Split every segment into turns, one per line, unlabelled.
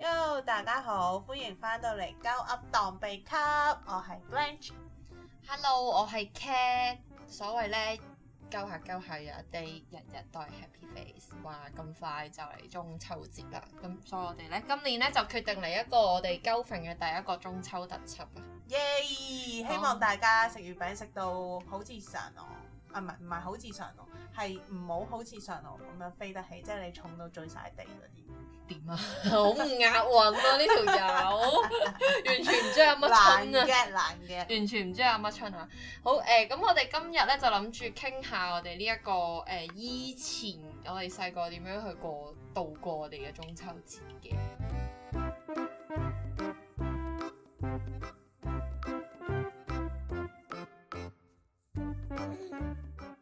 Hello，大家好，歡迎翻到嚟《鳩噏當秘笈》，我係 Blanche。
Hello，我係 Cat。所謂咧，鳩下鳩下有一 day，日日都係 happy face。哇，咁快就嚟中秋節啦！咁所以我哋咧今年咧就決定嚟一個我哋鳩揈嘅第一個中秋特輯啊！
耶！希望大家食月餅食到好似上岸，啊唔係唔係好似上岸，係唔好好似上岸咁樣飛得起，即係你重到醉晒地嗰啲。
點啊？好唔押韻啊！呢條友完全唔知有乜
難
春啊！
嘅難嘅，
完全唔知有乜春啊！好誒，咁、我哋今日咧就諗住傾下我哋呢一個誒、以前我哋細個點樣去過度過我哋嘅中秋節嘅。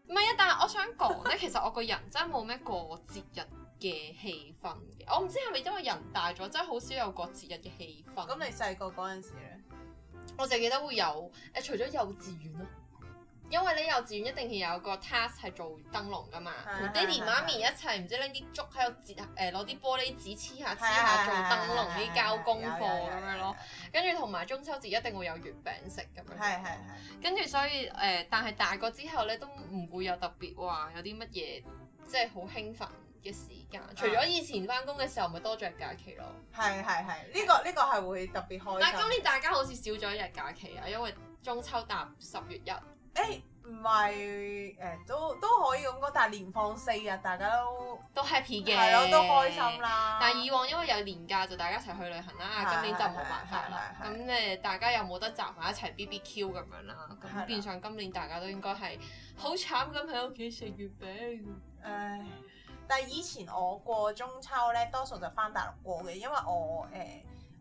唔係啊，但係我想講咧，其實我個人真係冇咩過節日嘅氣氛嘅。我唔知係咪因為人大咗，真係好少有過節日嘅氣氛。
咁你細個嗰陣時咧，
我就記得會有誒、除咗幼稚園咯，因為你幼稚園一定係有個 task 係做燈籠噶嘛，
係啊
同
係
爹哋
係
媽咪一齊唔知拎啲竹喺度折誒攞啲玻璃紙黐下黐
係
下做燈籠
係係
啲交功
有有
課
有
咁樣咯，跟住同埋中秋節一定會有月餅食咁
有
樣，
係係係。
跟住所以誒、但係大個之後咧都唔會有特別話有啲乜嘢即係好興奮嘅時間，除咗以前翻工嘅時候咪多咗日假期咯。
係係係，呢、個呢、個係會特別開
但係今
心。
年大家好似少咗一日假期啊，因為中秋搭十月一，
誒唔係誒，都都可以咁講，但係連放四日，大家都
都 happy 嘅，
係咯，都開心。啦。
但係以往因為有年假就大家一齊去旅行啦，
係
今年就冇辦法啦。
係係係
咁誒大家又冇得集埋一齊 BBQ 咁樣啦，
係啦
咁變相今年大家都應該係好慘咁喺屋企食月餅。
唉，但係以前我過中秋咧，多數就翻大陸過嘅，因為我誒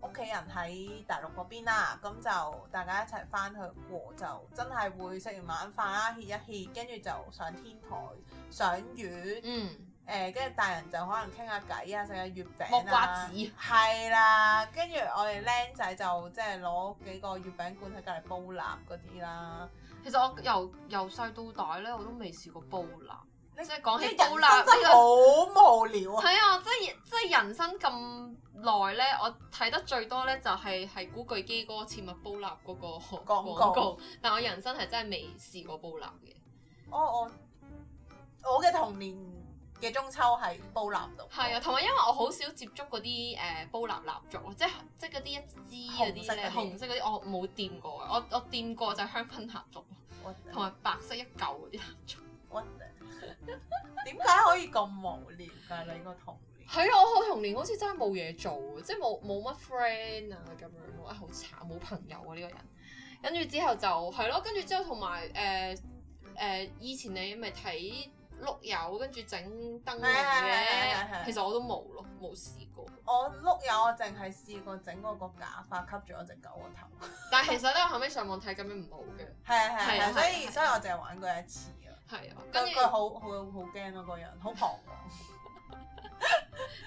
屋企人喺大陸嗰邊啦，咁就大家一齊翻去過，就真係會食完晚飯啦，歇一歇，跟住就上天台賞月，
嗯，
誒跟住大人就可能傾下偈啊，食下月
木
餅
瓜
啊
子，
係啦，跟住我哋僆仔就即係攞幾個月餅罐喺隔離煲蠟嗰啲啦。
其實我由由細到大咧，我都未試過煲蠟。
你
即係講
呢
起
人
煲
生
蠟
真係
呢個。
好無聊啊！
係啊，即係即係人生咁耐咧，我睇得最多咧就係係古巨基嗰個切勿煲蠟嗰個廣
告
但我人生係真係未試過煲蠟嘅。
我我我嘅童年嘅中秋係煲蠟度，
係啊，同埋因為我好少接觸嗰啲誒煲蠟蠟燭咯，即係即係嗰啲一支嗰
紅色
啲
嗰
咧，
啲
紅色嗰啲我冇掂過嘅，我我掂過就係香薰蠟燭，
我
同埋白色一嚿嗰啲蠟燭。
我點解可以咁無聊㗎？你個童年
係啊，我好童年好似真係冇嘢做啊，即係冇冇乜 friend 啊咁樣咯，啊好慘，冇朋友啊呢、個人。跟住之後就係咯，跟住之後同埋誒誒，以前你咪睇碌柚，跟住整燈籠
係係係係
嘅，
係
其實我都冇咯，冇試過。
我碌柚，我淨係試過整嗰個假髮吸住我隻狗個頭，
但係其實咧，我後尾上網睇咁樣唔好嘅，
係啊係
係
啊，
啊
所
係
以
啊
所以我淨係玩過一次啊。
係啊。
跟
跟
住
住
佢好好好驚咯，個人好彷徨。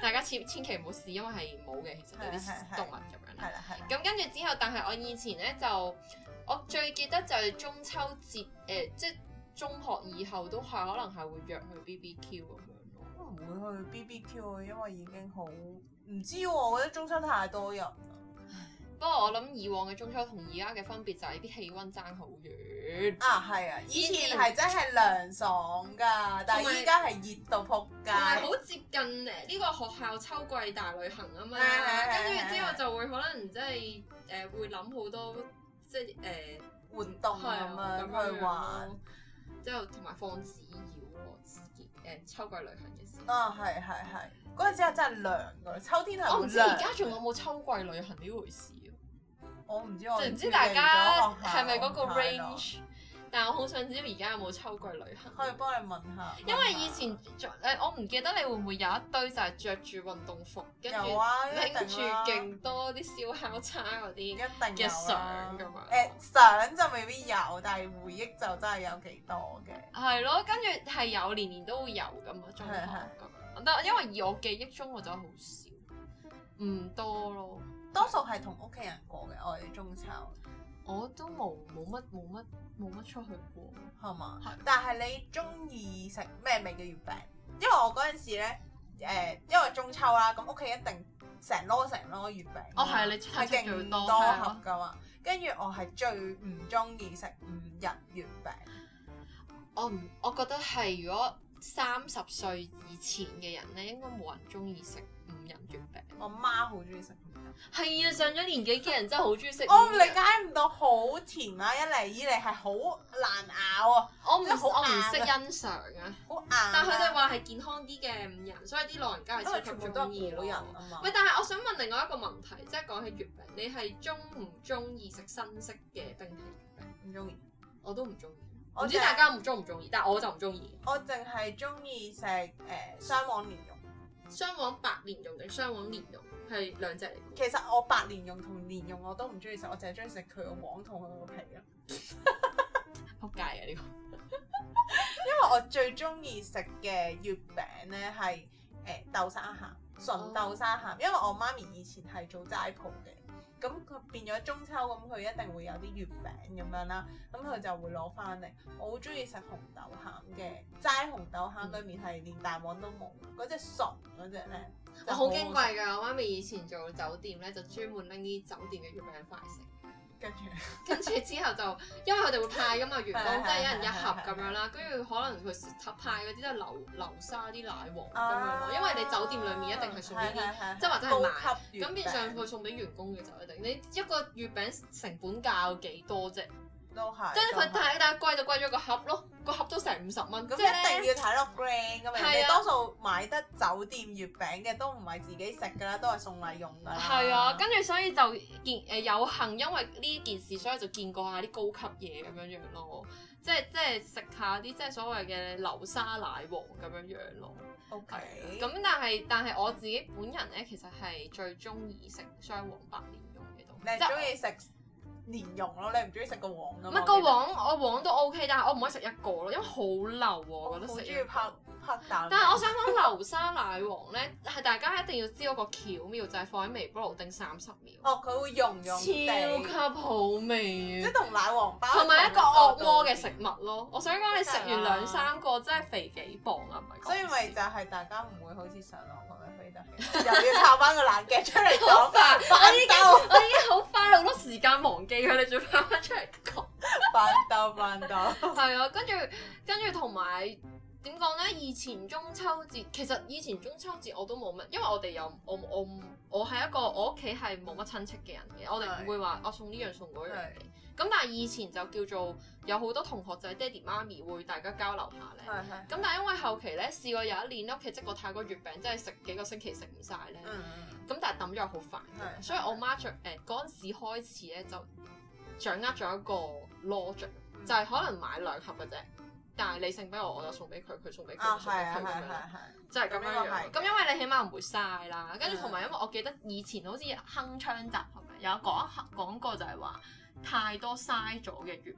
大家千千祈唔好試，因為係冇嘅，其實
係係
有
係
啲動物咁樣啦。
係啦係啦，
咁跟住之後，但係我以前咧就，我最記得就係中秋節，誒、即係中學以後都係可能係會約去 BBQ 咁樣咯。
我唔會去 BBQ，因為已經好唔知喎。我覺得中秋太多人啦。
不過我諗以往嘅中秋同而家嘅分別就係啲氣温爭好遠。
啊，係啊，以
以
前
前
係真係涼爽㗎，但係
同埋
依家係熱到撲
同埋
街。
好接近誒呢個學校秋季大旅行啊嘛
係係，係
跟住之後就會可能即係誒會諗好多即係誒
活動
係
咁
啊
樣去玩。
咯，之後同埋放紙鷂咯，誒秋季旅行嘅時候。
啊，係係係，嗰陣時係真係涼㗎，秋天係
我
會
唔知而
涼。
家仲有冇秋季旅行呢回事啊？
我唔知我
即係唔知大家係咪嗰個 range？但我好想知而家有冇秋季旅行。
可以幫你問下。
因為以前着誒，我唔記得你會唔會有一堆就係着住運動服，跟住
有啊，一
拎住
定啦。
勁多啲燒烤叉嗰
一
啲。
定有
嘅
啦
相咁
誒
樣
相就未必有，但係回憶就真係有幾多嘅。
係咯，跟住係有年年都會有噶嘛，中學
係係
咁樣。但因為以我記憶中，我就好少，唔多咯。
多數係同屋企人過嘅，我哋中秋
我都冇冇乜冇乜冇乜出去過。
係嘛
係？
但係你中意食咩味嘅月餅？因為我嗰陣時咧，誒、因為中秋啦，咁屋企一定成攞成攞月餅。
哦係，你出
係
係
勁
最
多
多
盒
係啊
噶嘛。跟住我係最唔中意食五日月餅。
我唔，我覺得係如果三十歲以前嘅人咧，應該冇人中意食五仁月餅。
我媽好中意食五日，
係啊，上咗年紀嘅人真係好中意食。
我理，解唔到好甜啦，一嚟二嚟係好難咬啊，
我唔
真係好
我唔
硬啊
識欣賞啊。
好硬、
但佢哋
啊。
話係健康啲嘅五仁，所以啲老人家係
因為
超
全
級
部都
中意
係古人
咯。
啊嘛
喂，，但係我想問另外一個問題，即係講起月餅，你係中唔中意食新式嘅冰皮月餅？
唔中意。
我都唔中意，
我
我唔知
就係
大家唔中唔中意，但係我就唔中意。
我淨係中意食誒雙黃蓮蓉。
雙黃白蓮蓉定雙黃蓮蓉係兩隻嚟嘅。
其實我白蓮蓉同蓮蓉我都唔中意食，我淨係中意食佢個黃同佢個皮啊咯。
仆街啊！呢個
因為我最中意食嘅月餅咧係誒豆沙餡，純豆沙餡。因為我媽咪以前係做齋鋪嘅，咁佢變咗中秋咁，佢一定會有啲月餅咁樣啦。咁佢就會攞翻嚟。我好中意食紅豆餡嘅，齋紅豆餡裡面係連蛋黃都冇，嗰隻純嗰隻咧。就
我好矜
食
貴㗎，我媽咪以前做酒店咧，就專門拎啲酒店嘅月餅翻嚟食。
跟住
跟住之後就， 因為佢哋會派㗎嘛，員工
係
即係一人一
係
盒
係
咁樣啦，跟住可能佢派嗰啲都係流流沙啲奶黃咁樣
啊
咯，因為你酒店裡面一定係送呢啲，
啲
即係或者係買
級月
咁變相
餅
佢送俾員工嘅就一定，你一個月餅成本價有幾多啫？
都係。
跟住
都
佢
係
但係但係貴就貴咗個盒咯，個盒都成五十蚊，
咁
即係
一定
咧
要睇落 grand 咁樣，
係
你
啊
多數買得酒店月餅嘅都唔係自己食㗎啦，都係送禮用㗎啦。
係啊，跟住所以就見誒有幸，因為呢件事，所以就見過下啲高級嘢咁樣樣咯，即係即係食下啲即係所謂嘅流沙奶黃咁樣樣咯。
OK，
係啊
咁
咁，但係但係我自己本人咧，其實係最中意食雙黃白蓮蓉嘅
你係
東
中
西。
意食蓮蓉咯，你唔中意食個黃㗎
唔
嘛？
係個黃，我黃都 OK，但係我唔可以食一個咯，因為好流喎，
我好
我覺得
中
食一
意
個。
拍拍蛋。
但係我想講流沙奶黃咧，係大家一定要知道個巧妙，就係放喺微波爐叮三十秒，
哦，佢會溶
超
溶
級
地，
好味
即
啊
係！同奶黃包
同埋一個
同
惡
個道
魔嘅
理
食，物咯，我想講你食完兩三個真係肥幾磅啊，唔係講
所以咪
笑
就係大家唔會好似上網咁樣飛得 起，又要靠翻個冷鏡出嚟
好
講
煩，
反
我已經
斗
我已經好花好多時間忘記佢哋，仲翻翻出嚟講。
反斗反斗。
係啊，跟住跟住同埋點講咧？以前中秋節其實以前中秋節我都冇乜，因為我哋又我我我係一個我屋企係冇乜親戚嘅人嘅，我哋
係
唔會話我送呢樣送嗰樣
係
嘅。咁但係以前就叫做有好多同學仔爹哋媽咪會大家交流下咧。
係係，
咁但係因為後期咧試過有一年咧屋企即個泰國月餅，真係食幾個星期食唔晒咧。
嗯嗯
咁但係抌咗又好煩嘅，
係
所以我媽着誒嗰陣時開始咧就掌握咗一個 logic，
嗯
就係可能買兩盒嘅啫。但係你送俾我，我就送俾佢，佢送俾佢，
啊
我送俾
係啊係
佢咁樣
係
啦，
係。
就係咁
咁
樣
呢個
樣。
係
咁因為你起碼唔會嘥啦，跟住
嗯
同埋因為我記得以前好似鏗鏘集係咪有講一刻講過就係話太多嘥咗嘅月餅，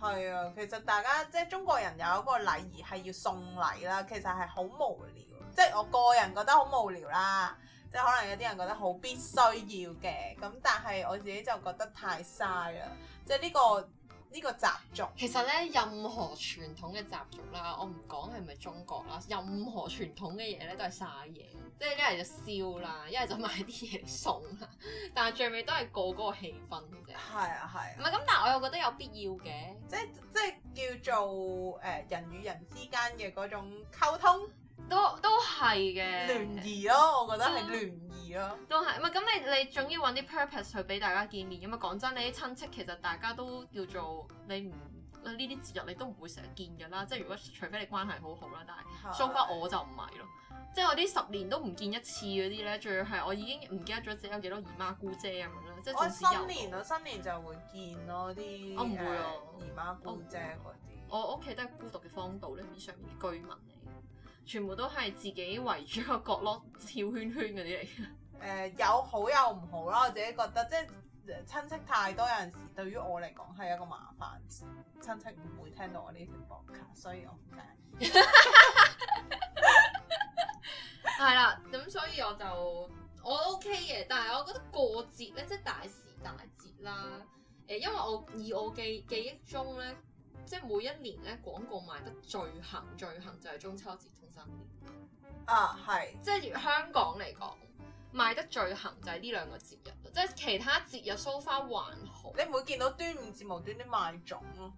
係啊，其實大家即係中國人有一個禮儀係要送禮啦，其實係好無聊，即係我個人覺得好無聊啦。即係可能有啲人覺得好必須要嘅，咁但係我自己就覺得太嘥啦。即係呢、個呢、個習俗，
其實咧，任何傳統嘅習俗啦，我唔講係咪中國啦，任何傳統嘅嘢咧都係晒嘢，即係一係就燒啦，一係就買啲嘢嚟送啦，但係最尾都係過嗰個氣氛嘅啫。
係啊係
唔
啊，
係咁，但係我又覺得有必要嘅。
即係即係叫做誒、呃人與人之間嘅嗰種溝通
都都係嘅，
聯誼咯，我覺得
嗯
係聯誼咯。
都係，唔係咁你你總要揾啲 purpose 去俾大家見面，因為講真，你啲親戚其實大家都叫做你唔呢啲節日你都唔會成日見㗎啦，即係如果除非你關係好好啦，但係。so
啊
far 我就唔係咯，即係我啲十年都唔見一次嗰啲咧，仲要係我已經唔記得咗自己有幾多姨媽姑姐咁樣啦，即係
我
總之有
新年我啊新年就會見咯啲
我唔會啊
呃姨媽姑姐嗰啲。
我屋企都係孤獨嘅荒島咧，面上面嘅居民嚟嘅，全部都係自己圍住一個角落跳圈圈嗰啲嚟嘅。
誒、有好有唔好啦，我自己覺得即係親戚太多，有陣時對於我嚟講係一個麻煩。親戚唔會聽到我呢條博卡，所以我唔介意。
係啦，咁所以我就我 OK 嘅，但係我覺得過節咧，即係大時大節啦。誒，因為我以我記記憶中咧，即係每一年咧廣告賣得最行最行就係中秋節同新年。
啊，係
即係如香港嚟講，賣得最行就係呢兩個節日咯，即係其他節日 so far 還好，
你唔會見到端午節無端端賣粽咯，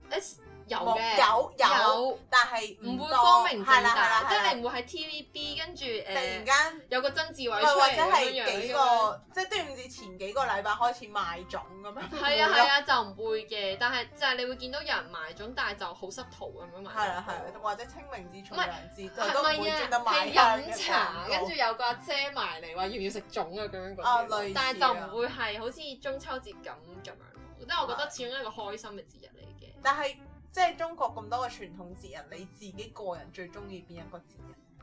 有
冇
嘅
有有，
有，
但係
唔
多
會光明正
係啦係啦係
大，即
啦
係你唔會喺 TVB 跟住
突然
誒
間。
有個曾志
唔
偉
係
出
或
嚟
者
咁
係
樣
幾
樣咁樣
個，即係端午節前幾個禮拜開始賣粽咁樣。
係啊係啊，就唔會嘅，但係就係你會見到有人買種，但係就好濕圖咁樣買。
係啦係啦，或者清明節、重陽節就都唔會
係咪
專
啊？
登買
係飲茶，
香嘅
跟住有個阿姐埋嚟話要唔要食粽啊咁樣嗰啲
啊
咯
類似啊
但係就唔會係好似中秋節咁咁樣咯。即係我
啊
覺得始終係一個開心嘅節日嚟嘅。
但係即係中國咁多嘅傳統節日，你自己個人最中意邊一個節日？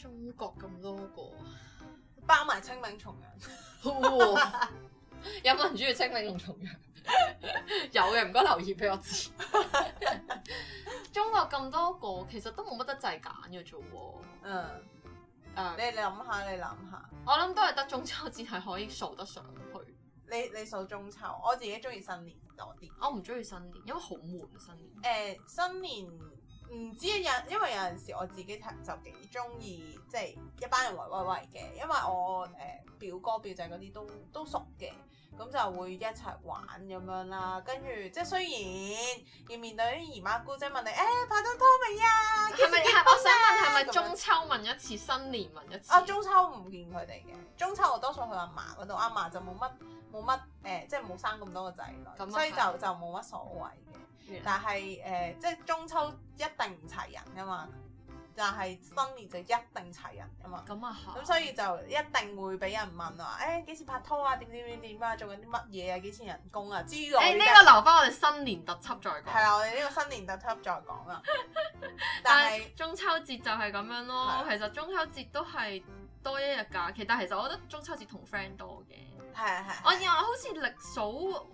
中國咁多個，
包埋清明、重陽。
哇有冇人中意清明同重陽？ 有嘅，唔該留言俾我知。中國咁多個，其實都冇乜得滯揀嘅啫喎。
嗯，
誒
你你諗下，你諗下，
我諗都係得中秋節係可以數得上去。
你你數中秋，我自己中意新年多啲。
我唔中意新年，因為好悶啊新年。
誒、呃新年唔知有，因為有陣時我自己睇就幾中意，即係一班人圍圍圍嘅，因為我誒、表哥表姐嗰啲都都熟嘅，咁就會一齊玩咁樣啦。跟住即係雖然要面對啲姨媽姑姐問你誒、拍到拖未啊， 幾時
係咪
結
係？
婚啊
我想問係咪
咁樣
中秋問一次，新年問一次？
啊，中秋唔見佢哋嘅，中秋我多數去阿嫲嗰度，阿嫲就冇乜冇乜誒，即係冇生咁多個仔
咁啊
女，所以就就冇乜所謂嘅。但係誒、呃即係中秋一定唔齊人噶嘛，但係新年就一定齊人噶嘛。
咁啊係
咁所以就一定會俾人問話，誒幾時拍拖啊？點點點點啊？做緊啲乜嘢啊？幾錢人工啊？之類
誒呢
嘅。
個留翻我哋新年特輯再
係啊
講。
啦，我哋呢個新年特輯再講啦。但
但
係啊
係中秋節就係咁樣咯。其實中秋節都係多一日假期，但係其實我覺得中秋節同 friend 多嘅。
係啊係
我
啊，
又好似歷數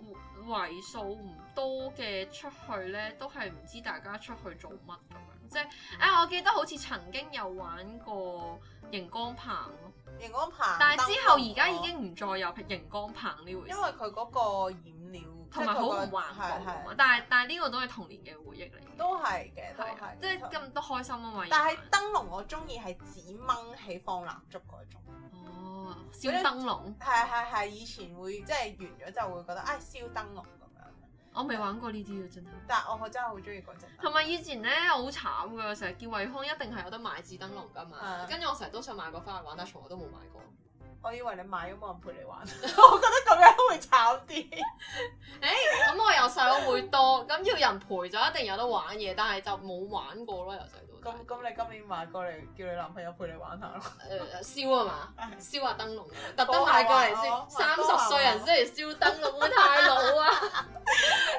為數唔多嘅出去咧，都係唔知大家出去做乜咁樣。即係啊，我記得好似曾經有玩過熒光棒咯，
熒光棒。
但係之後而家已。經唔再有熒光棒呢回事
因，為佢嗰個染料
同埋好唔環保
係
啊嘛
係。
但係但係呢個都係童年嘅回憶嚟嘅，
都係嘅，都
係啊
係，
即係咁多開心啊嘛。
但
而
係
家
燈籠我中意係紙掹起放蠟燭嗰種，
哦，燒燈籠，
係係係，以前會即係完咗就會覺得唉燒燈籠咁樣，
我未玩過呢啲啊，真係。
但係我真係好中意嗰隻燈
同埋以前咧，我好慘噶，成日見惠康一定係有得買紙燈籠噶嘛
啊，
跟住我成日都想買個翻去玩，但係從來都冇買過。
我以為你買咗冇人陪你玩，我 覺得咁樣會慘 啲。
誒，咁我由細佬會多，咁要人陪就一定有得玩嘢，但係就冇玩過咯，由細到大
咁。咁你今年買過嚟叫你男朋友陪你玩下咯。
誒燒啊嘛，燒下燈籠，啊 特登
都係
買過嚟
玩咯
燒。三十歲人先嚟燒燈籠，會太老 啊，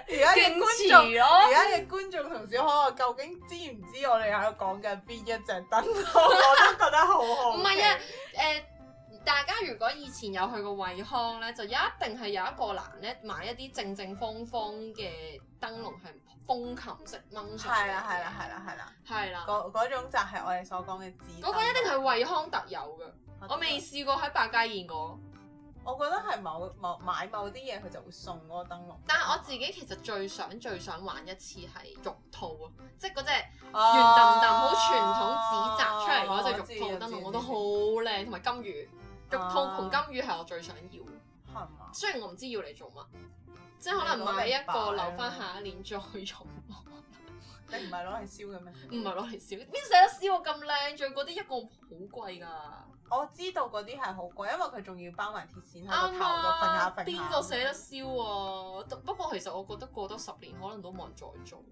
而家嘅
勁
觀眾，
遲
而
咯。
家嘅觀眾同小可愛究竟知唔知我哋喺度講緊邊一隻燈籠？ 我都覺得好好奇。
唔係啊誒，大家如果以前有去過惠康咧，就一定係有一個欄咧買一啲正正方方嘅燈籠，係風琴式掹上嚟嘅。
係啦，係啦，係啦，係啦，
係啦，
嗰嗰種就係我哋所講嘅紙。
嗰個一定係惠康特有嘅，
我
我未，試過喺百佳見過。
我覺得係某某買某啲嘢，佢就會送嗰個燈籠。
但係我自己其實最想最想玩一次係玉兔啊，即係嗰隻
哦
圓揼揼好傳統紙紮出嚟嗰隻玉兔燈籠，我都好
我
靚，同埋金魚，玉兔同金魚係我最想要。
知係嘛？
雖然我唔知要嚟做乜，即係可能買一個留翻下一年再用 咯，
你唔係攞嚟燒嘅咩？
唔係攞嚟燒。邊捨得燒我啊咁靚？仲有嗰啲一個好貴㗎，
我知道嗰啲係好貴，因為佢仲要包埋鐵線喺個頭
啱
度揈下
啊！
揈下。
邊個捨得？燒啊？不過其實我覺得過多十年可能都冇人再做，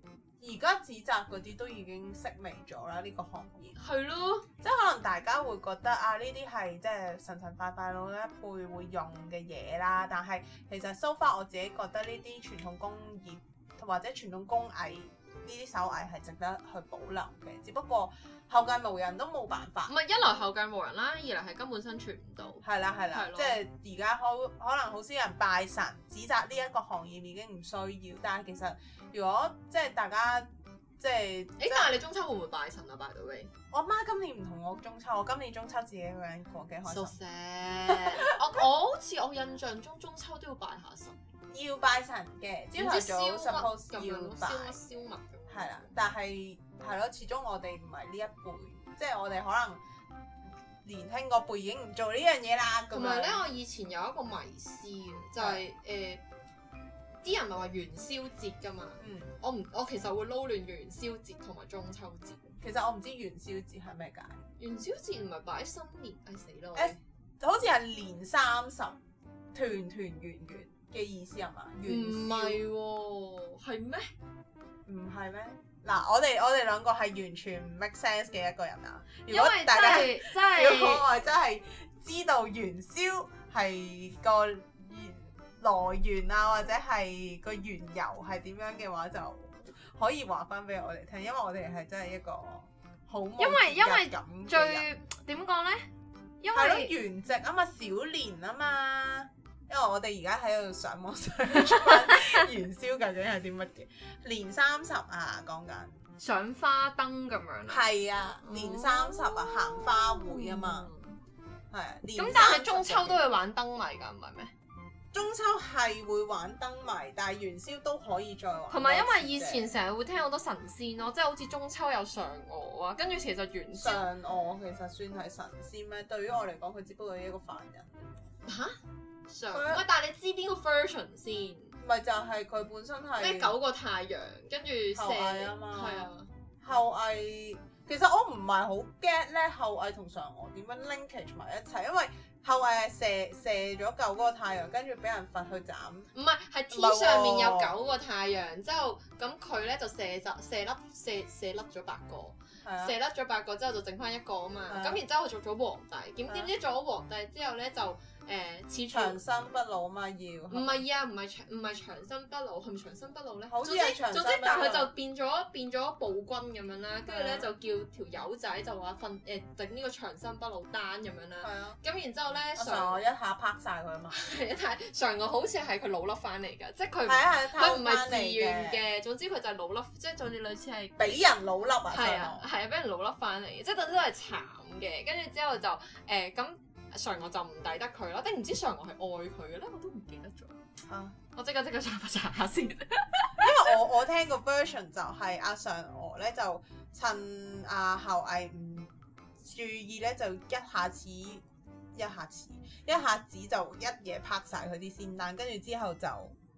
而家紙紮嗰啲都已經式微咗啦，呢個行業。
係咯。
即係可能大家會覺得啊，呢啲係即係神神快快老一輩會用嘅嘢啦，但係其實 so far 我自己覺得呢啲傳統工業同或者傳統工藝呢啲手藝係值得去保留嘅，只不過後繼無人都冇辦法
唔。係一來後繼無人啦，二嚟係根本生存唔到。
係啦係啦
係，咯
即係而家可可能好少人拜神指責呢一個行業已經唔需要，但係其實如果即係大家即係，
誒，但係你中秋會唔會拜神啊？By the way，
我媽今年唔同我中秋，我今年中秋自己一個人過幾開心
So。sad 我我好似我印象中中秋都要拜下神，
要拜神嘅，
唔知
朝頭
燒
早
乜
suppose
咁
要
樣，
拜
燒，乜燒物咁樣。
係啦。但係係咯，始終我哋唔係呢一輩，即係我哋可能年輕嗰輩已經唔做呢樣嘢啦。咁
同埋咧，
樣
我以前有一個迷思嘅，就係誒啲人咪話元宵節噶嘛，
嗯，
我唔我其實會撈亂元宵節同埋中秋節。
其實我唔知元宵節係咩解，
元宵節唔係擺新年，唉死咯！
誒好似係年三十團團圓圓嘅意思係嘛？元
唔
宵
係喎，係咩？
唔係咩？嗱，我哋我哋兩個係完全唔 make sense 嘅一個人啊！如
因
果
為真
大家
係真
如果
係
我真係知道元宵係個來源啊，或者係個緣由係點樣嘅話，就可以話翻俾我哋聽，因為我哋係真係一個好冇
因為因為
節日感嘅人
最點講咧？因
係咯
為
原籍啊嘛，小年啊嘛。因為我哋而家喺度上網 search 返元宵究竟係啲乜嘢？年三十啊，講緊
賞花燈咁樣啦。
係啊，年三十啊，行花會啊嘛，
嗯。
係啊年
哦咁但
三
係
十
中秋
嘅
都會玩燈謎㗎，唔係咩？
中秋係會玩燈謎，但係元宵都可以再玩多次啫。
同埋因為以前成日會聽好多神仙咯，即係好似中秋有嫦娥啊，跟住其實元宵
上我其實算係神仙咩？對於我嚟講，佢只不過係一個凡人，
嫦
佢
喂，但係你知邊個 version 先？
咪就係佢本身係
咩九個太陽，跟住
後羿
射
啊嘛
係啊，
後羿。其實我唔係好 get 咧，後羿同嫦娥點樣 linkage 埋一齊，因為後羿係射射咗九個太陽，跟住俾人罰去斬。
唔係係
唔係
天
喎
上面有九個太陽，之後咁佢咧就射咗射粒射射甩咗八個，
係啊，
射甩咗八個之後就剩翻一個啊嘛
係啊，
咁然之後佢做咗皇帝，
係
咁
啊
點知做咗皇帝之後咧就誒似
長
長。
生不老嘛要。
唔係啊，唔係長唔係長生不老，係咪長生不老咧？
好
總
似
之
係長生
總之
不老，
但係佢就變咗變咗暴君咁樣啦，跟住
係啊
咧就叫條友仔就話瞓誒整呢個長生不老丹咁樣
係
啦。
啊，
咁然之後咧，
我
常
嫦娥一下拍晒佢啊嘛。
但係嫦娥好似係佢老笠翻嚟㗎，即
係
係佢
啊係啊，
佢
偷
唔
翻
係
嚟
自願。嘅，總之佢就係老笠，即係總之類似係
俾人老笠啊！
係
上
啊
網，
係啊，俾人老笠翻嚟嘅，即係總之都係慘嘅。跟住之後就誒咁，嫦娥就唔抵得佢啦，定唔知嫦娥係愛佢嘅咧，我都唔記得咗。
啊
我即刻即刻上網查下先。
因為我我聽個 version 就係啊阿嫦娥咧就趁阿後羿唔注意咧，就一下子一下子一下子就一嘢拍晒佢啲仙丹，跟住之後就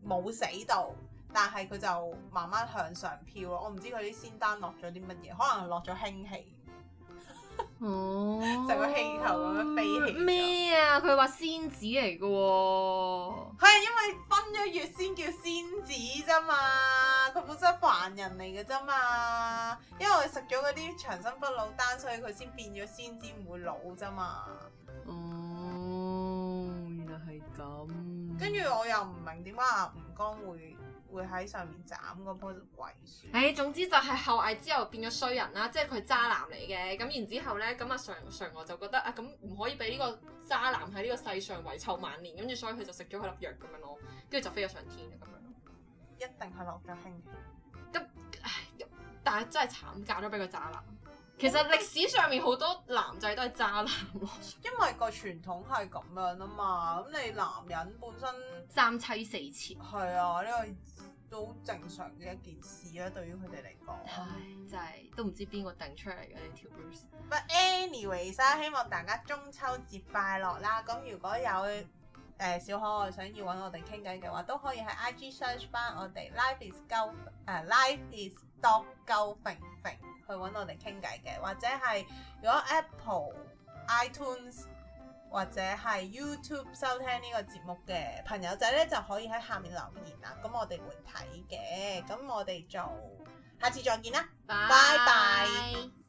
冇死到。但係佢就慢慢向上飄咯，我唔知佢啲仙丹落咗啲乜嘢，可能落咗氫氣，
哦，
成個氣球咁樣飛起咗
咩啊？佢話仙子嚟嘅喎。
係因為分咗月先叫仙子啫嘛，佢本身凡人嚟嘅啫嘛，因為食咗嗰啲長生不老丹，所以佢先變咗仙子唔會老啫嘛。
哦，原來係咁。
跟住我又唔明點解阿吳剛會會喺上面斬嗰棵桂樹。
唉，總之就係後羿之後變咗衰人啦，即係佢渣男嚟嘅。咁然之後呢，咁啊嫦嫦娥就覺得啊，咁唔可以俾呢個渣男喺呢個世上遺臭萬年，跟住所以佢就食咗佢粒藥咁樣咯，跟住就飛咗上天咁樣咯。
一定係落咗興，
唉，但係真係慘，嫁咗俾個渣男。其實歷史上面好多男仔都係渣男咯，
因為個傳統係咁樣啊嘛。咁你男人本身
三妻四妾。
係啊，呢、個都正常嘅一件事啊，對於佢哋嚟講
唉。，真係都唔知邊個定出嚟嘅呢條 rules。
But anyways 啦，希望大家中秋節快樂啦！咁如果有誒、呃小可愛想要揾我哋傾偈嘅話，都可以喺 IG search 翻我哋 Life is 鳩誒、呃 Life is dot 鳩揈揈去揾我哋傾偈嘅，或者係如果 Apple iTunes 或者係 YouTube 收聽呢個節目嘅朋友仔咧，就可以喺下面留言啦。咁我哋會睇嘅，咁我哋就下次再見啦。
拜
拜